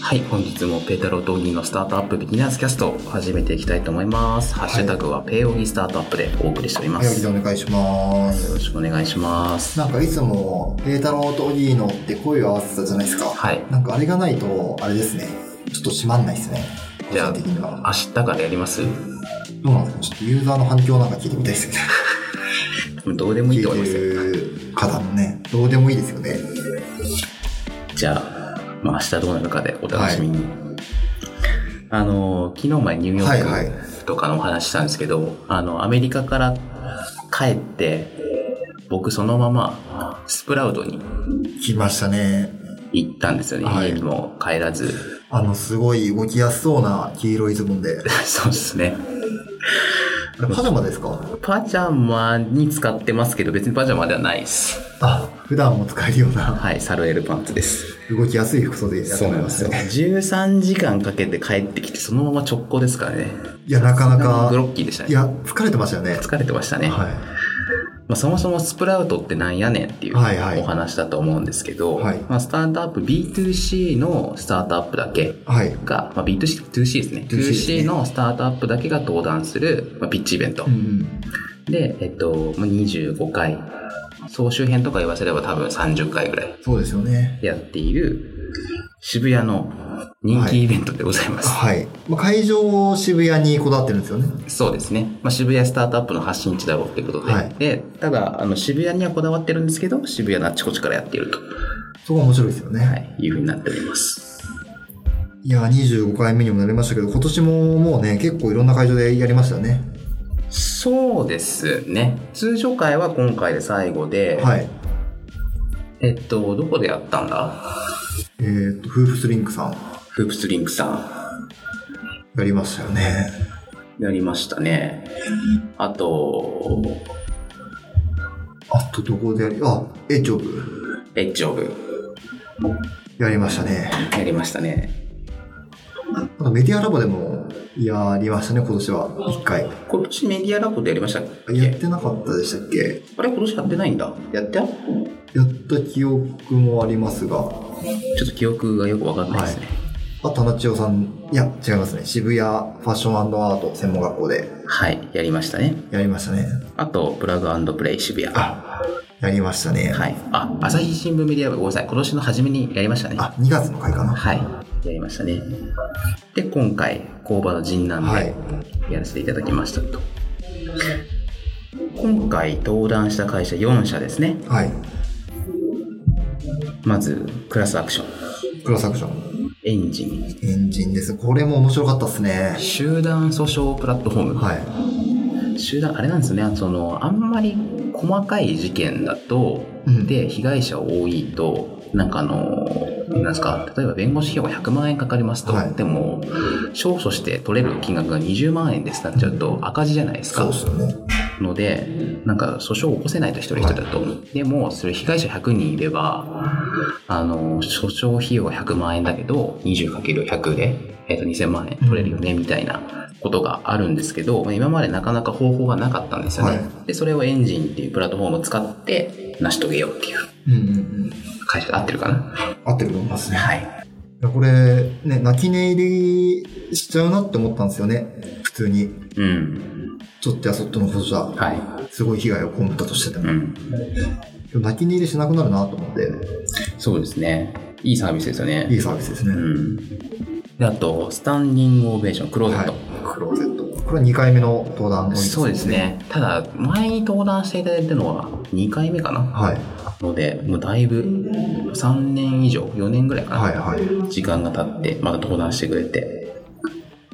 はい、本日もペータローとオギーのスタートアップビギナーズキャストを始めていきたいと思います。ハッシュタグはペーオギースタートアップでお送りしておりまはい、おす。よ願いします。ろしくお願いします。なんかいつも、ペータローとオギーノって声を合わせてたじゃないですか。はい。なんかあれがないと、あれですね。ちょっと閉まんないですね。個じゃあ人的には。明日からやりますどうなんですかちょっとユーザーの反響なんか聞いてみたいですよね。どうでもいいと思いますよ。聞いてる方のね、どうでもいいですよね。じゃあ、まあ、明日どうなるかでお楽しみに。あの、昨日前ニューヨはいはーい。クとかのお話したんですけど、あの、アメリカから帰って、僕そのままスプラウトに来ましたね。行ったんですよね。はい家にも帰らず。 あの、すごい動きやすそうな黄色いズボンで。そうですね。パジャマですかパジャマに使ってますけど、別にパジャマではないです。あ、普段も使えるような はい、サルエルパンツです。動きやすい服装でやってそうもなんらいまでしすたよ。ね。 13時間かけて帰ってきて、そのまま直行ですからね。いや、なかなかグ、ロッキーでしたいね。や、疲れてましたよね。疲れてましたね。はい。まあ、そもそもスプラウトってなんやねんっていうはいはいお話だと思うんですけど、はいまあ、スタートアップ B2C のスタートアップだけはい。が、まあ、B2C 2C ですね 2C です 2C ねのスタートアップだけが登壇する、まあ、ピッチイベント、ん。で、えっと、まあ25回総集編とか言わせれば多分30回ぐらいそうですよね。やっている渋谷の人気イベントでございます、はい。まあ、会場を渋谷にこだわってるんですよね。そうですね、まあ、渋谷スタートアップの発信地だろうってことで,、はいでただあの渋谷にはこだわってるんですけど渋谷のあっちこっちからやっているとそこが面白いですよね。、はいい、いうふうになっております。や、25回目にもなりましたけど、今年ももうね、結構いろんな会場でやりましたよね。そうですね。通常会は今回で最後で、はい。えっと、どこでやったんだえっ、と、夫婦スリンクさん、フープスリンクさやりましたよね。ん、やりましたね。あと、あと、どこでやり、あ、エッジオブ、エッジオブ、やりましたね。やりましたね。なんかメディアラボでも、やりましたね、今年は。1回。今年メディアラボでやりましたっやっけてなかったでしたっけあれ今年やってないんだ。やったちょやった記憶もありますが。っと記憶がよくわかんないですね。あと、花千代さん、いや、違いますね。渋谷ファッションアート専門学校ではい、やりましたね。やりましたね。あと、プラグプレイ渋谷。はあ、やりましたね。い。あ、朝日新聞メディアラボ、ごめんなさい。今年の初めにやりましたね。あ、2月の回かな。はい、やりましたね。で、今回、工場の陣南はでい。やらせていただきましたと。今回登壇した会社4社ですね。はい。まず、クラスアクション、クロスアクション。エンジン、エンジンです。これも面白かったですね。集団訴訟プラットフォーム。はい。集団、あれなんですね。その、あんまり細かい事件だと、うんで、被害者多いと、なんかあの、なんですか、例えば弁護士費用が100万円かかりますと、はいでも、勝訴して取れる金額が20万円ですってなっちゃうと赤字じゃないですか。そうですよね。ので、なんか訴訟を起こせないと一人一人だと、でもそれ被害者100人いればあの訴訟費用は100万円だけど 20×100 で、えっと2000万円取れるよね、みたいなことがあるんですけど今までなかなか方法がなかったんですよね、はでそれをエンジンっていうプラットフォームを使って成し遂げようっていううんうんうん。会社で合ってるかな合ってると思いますね。はいいやこれ、ね、泣き寝入りしちゃうなって思ったんですよね。普通に。うんちょっとやそっとのことじゃ、はすごい被害を被ったとしててい、うも。ん、泣き寝入りしなくなるなと思って、そうですねいいサービスですよねいいサービスですね。うんであとスタンディングオベーションクローゼット、はい、クローゼット。これは2回目の登壇のそうです。ね。ただ、前に登壇していただいたのは2回目かなはい。ので、もうだいぶ3年以上、4年ぐらいかな、はいはい。時間が経って、また登壇してくれて、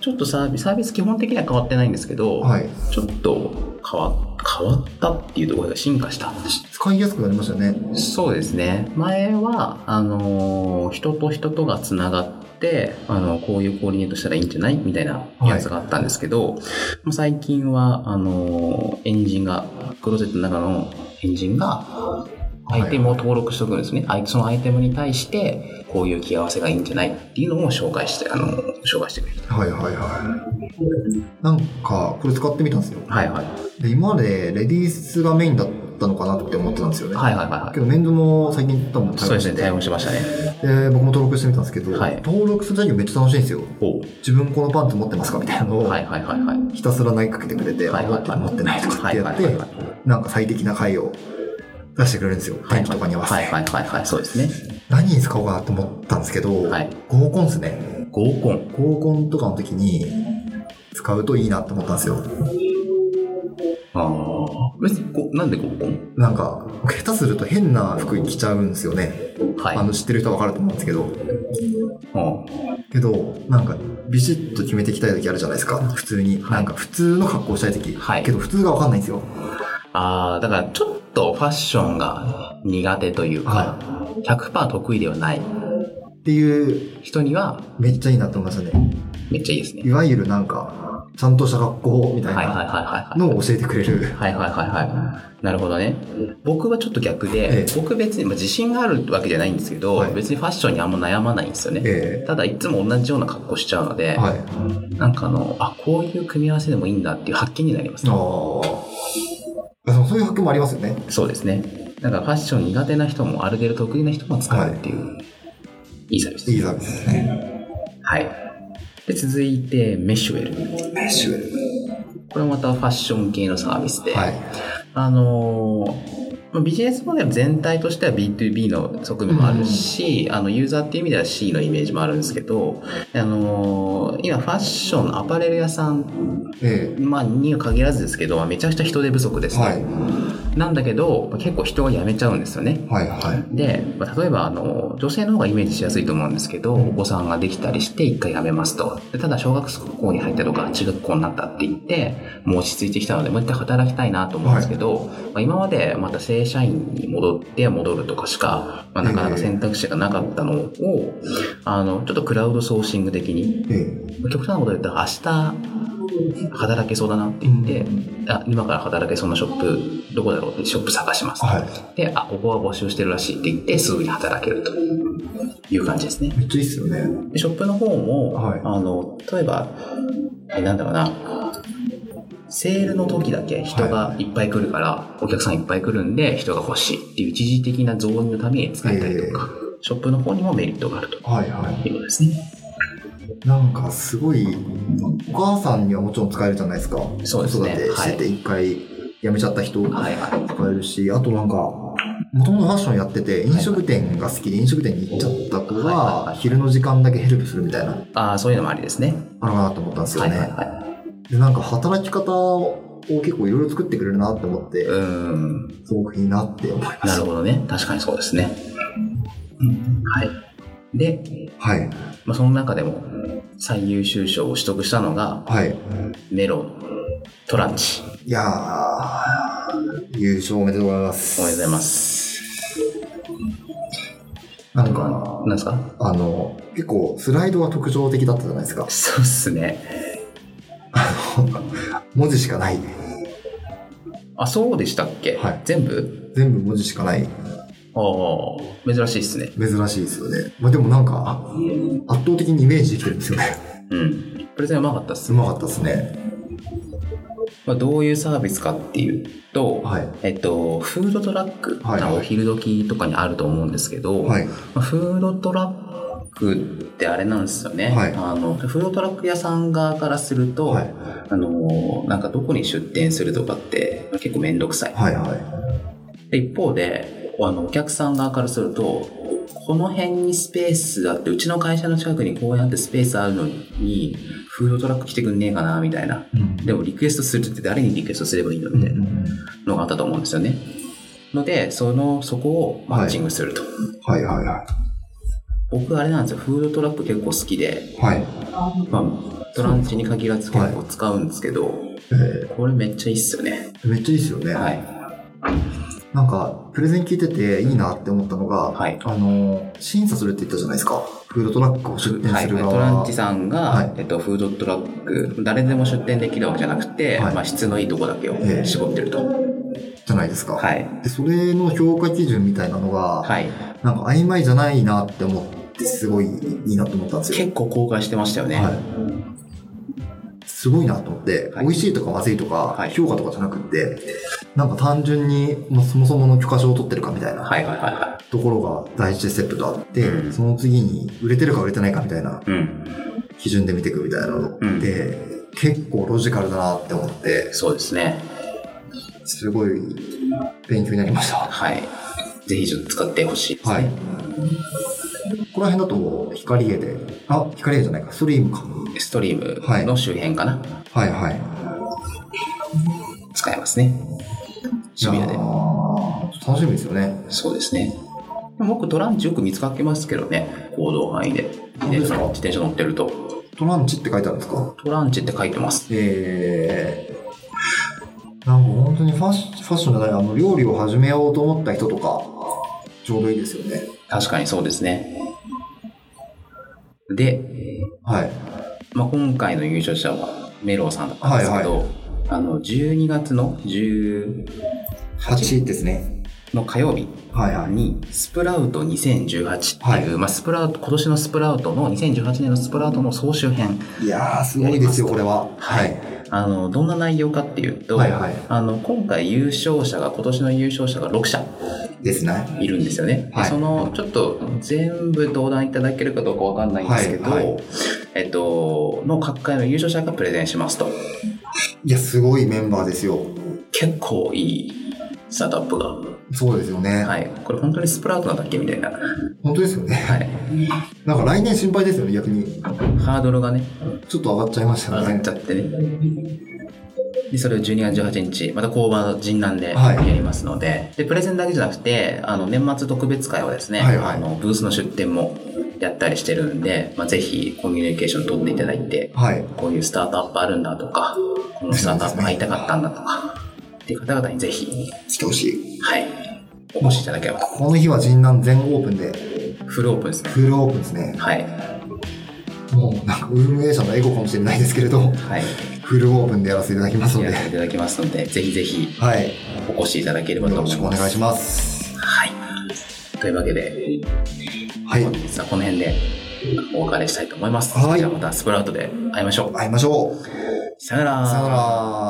ちょっとサービス、サービス基本的には変わってないんですけど、はい。ちょっと変わ変わったっていうところが進化した。使いやすくなりましたね。そうですね。前は、あのー人と人とがつながって、あの、こういうコーディネートしたらいいんじゃないみたいなやつがあったんですけど、もう最近は、あのーエンジンが、クローゼットの中のエンジンが、アイテムを登録しておくんですね。あいそのアイテムに対して、こういう着合わせがいいんじゃないっていうのを紹介して、あのー紹介してくれる。はいはいはい。なんか、これ使ってみたんですよ。はいはい。で今までレディースがメインだっったのかなって思ってたんですよね。はいはいはいはいけど、メンドも最近多分そうですね、対で応しましたね。僕も登録してみたんですけど、はい登録する作業めっちゃ楽しいんですよ。お自分このパンツ持ってますかみたいなのを、はいはいはいはい。ひたすら投げかけてくれて、はいはいはいあ持ってる持ってないとかってやっはいてはいはいは、なんか最適な回を出してくれるんですよ。天気とかに合わせて。はいはいはいはい、そうですね。何に使おうかなと思ったんですけど、はい合コンですね。合コン。合コンとかの時に使うといいなって思ったんですよ。ああ。別にこ、なんで合コンなんか、下手すると変な服着ちゃうんですよね。はい。あの、知ってる人はわかると思うんですけど。うんけど、なんか、ビシッと決めていきたい時あるじゃないですか。普通に。はいなんか、普通の格好したい時。はいけど、普通がわかんないんですよ。ああ、だからちょっとファッションが苦手というか、100%得意ではないっていう、人にはめっちゃいいなと思いましたね。めっちゃいいですね。いわゆるなんか、ちゃんとした格好みたいはいはいはいなはいはい。のを教えてくれる。はいはいはいはい。なるほどね。僕はちょっと逆でええ、僕別に、まあ、自信があるわけじゃないんですけど、はい別にファッションにあんま悩まないんですよね。えただいつも同じような格好しちゃうのえで、はい。なんかあの、あ、こういう組み合わせでもいいんだっていう発見になりますね。ああ。そうそういう発見もありますよね。そうですね。なんかファッション苦手な人もある程度得意な人も使うっていう、い、いサービスですいいサービスですね。はい。で、続いて、メッシュウェル。メッシュウェこれもまたファッション系のサービスで、ル。はい。あのーまあビジネスモデル全体としては B2B の側面もあるし、あのユーザーっていう意味では C のイメージもあるんですけど、あのー今ファッションのアパレル屋さん、えまあ、には限らずですけど、まあめちゃくちゃ人手不足でえすね。はい。なんだけど、まあ結構人が辞めちゃうんですよね。はいはい。で、まあ例えばあの女性の方がイメージしやすいと思うんですけど、お子さんができたりして一回やめますとでただ小学校に入ったとか中学校になったって言ってもう落ち着いてきたのでもう一回働きたいなと思うんですけど、まあ今までまた正社員に戻って戻るとかしか、まあなかなか選択肢がなかったのを、あのちょっとクラウドソーシング的にえ極端なこと言ったら明日働けそうだなって言って、あ今から働けそうなショップどこだろうってショップ探しますえはで、あ、ここは募集してるらしいって言って、すぐに働けるという感じですねい。。めっちゃいいっすよね。でショップの方も、はいあの、例えば、えなんだろうな、セールの時だけ人がいっぱい来るから、お客さんいっぱい来るんで、人が欲しいっていう一時的な増員のために使えたりとか、ショップの方にもメリットがあるとはいはい。いうことですね。なんかすごい、お母さんにはもちろん使えるじゃないですか。そうですね子育てしてて一回辞めちゃった人使はいはい。えるし、あとなんか、もともとファッションやってて、飲食店が好きで飲食店に行っちゃった子はいはいはがい、昼の時間だけヘルプするみたいな、ああ、そういうのもありですね。あるかなと思ったんですよはいはいね。はい。で、なんか働き方を結構いろいろ作ってくれるなって思ってう、ーん。すごくいいなって思いました。なるほどね。確かにそうですね。はい。で、はい。まあ、その中でも最優秀賞を取得したのがはい。メロントランチいやー、優勝おめでとうございます。。おめでとうございますなんか、なんですか あの、結構スライドが特徴的だったじゃないですか。 そうっすね文字しかない。あそうでしたっけ、はい全部全部文字しかない。ああ珍しいっすね珍しいですよね。まあでもなんか、あ圧倒的にイメージできてるんですよね。うんプレゼンうまかったっす、うまかったですね。まあ、どういうサービスかっていうと、はい。えっと、フードトラック、はいはいお昼時とかにあると思うんですけど、はい。まあフードトラックってあれなんですよね、はいあのフードトラック屋さん側からすると、はい。あのなんかどこに出店するとかって結構面倒くさいはいは。で一方であのお客さん側からするとこの辺にスペースあってうちの会社の近くにこうやってスペースあるのにフードトラック来てくんねえかなみたいないうんでもリクエストするって誰にリクエストすればいいのうみんうたいなんのがあったと思うんですよねのでそのそこをマッチングすると、はいはいは僕あれなんですよフードトラック結構好きで、い。はい。まあ、トランチに限らず結構使うんですけど、えこれめっちゃいいっすよねーめっちゃいいですよね。はいなんか、プレゼン聞いてていいなって思ったのが、はいあの、審査するって言ったじゃないですか。フードトラックを出店はい、するト側。ランチさんが、はいえっと、フードトラック誰でも出店できるわけじゃなくて、はいまあ、質のいいとこだけをええ絞ってると、じゃないですか。はいでそれの評価基準みたいなのが、はい、なんか曖昧じゃないなって思って、すごいいいなと思ったんですよ。結構公開してましたよね、はい。すごいなと思って、はい美味しいとかまずいとか、はい評価とかじゃなくって、なんか単純に、まあ、そもそもの許可証を取ってるかみたいなはいはいはいはところが第一ステップとあって、うん。その次に売れてるか売れてないかみたいないうん。基準で見ていくみたいなのうんで、結構ロジカルだなって思って、そうですね。すごい勉強になりました。はい。ぜひちょっと使ってほしいですね。はい。ここら辺だと、光家で、あ、光家じゃないか、ストリームか。ストリームの周辺かな、はいはい。使えますね。渋谷いでや。ー楽しみですよね。そうですね。でも僕、トランチよく見つかけますけどね、行動範囲で。自本当転です車か自転車乗ってると。トランチって書いてあるんですかトランチって書いてます。えー、なんか本当にファッシファッションじゃない、あの、料理を始めようと思った人とか、ちょうどいいですよね。確かにそうですね。で、はい。まあ、今回の優勝者はメロウさんだったんですけど、はあの12月の10 8ですね。の火曜日はいはい。にスプラウト2018っていう、はいまあ、スプラウト今年のスプラウトの2018年のスプラウトの総集編いやー、すごいですよ、これは。はいあのどんな内容かっていうと、はいはいあの今回優勝者が今年の優勝者が6社ですね。いるんですよね、ではいそのちょっと全部登壇いただけるかどうかわかんないんですけど、はいはえっと、の各界の優勝者がプレゼンしますといや、すごいメンバーですよ。結構いいスタートアップがそうですよね。はい、これ本当にスプラウトなんだっけみたいな、は本当ですよね。 い、なんか来年心配ですよね、逆に。ハードルがねちょっと上がっちゃいました上よがっねち。ゃってねでそれを12月18日また工場の陣南ではいやりますので,、でプレゼンだけじゃなくてあの年末特別会をですね、はいはいあのブースの出展もやったりしてるんで、まあ、ぜひコミュニケーション取っていただいてはい。こういうスタートアップあるんだとかこのスタートアップ会いたかったんだとかっていう方々にぜひ、来てほしい。はい、お越しいただければこの日は神南全オープンで、フルオープンですねフルオープンですね。はいもうなんか運営者のエゴかも しれないですけれど、はいフルオープンでやらせていただきますのやで、っていただきますので、ぜひぜひはい。よお越しいただければとろ思しいくおます。願いします。はい。というわけで、はい。本日はこの辺でお別れしたいと思います。はいじゃあまたスプラウトで会いましょう。会いましょう。さよなら。さよなら。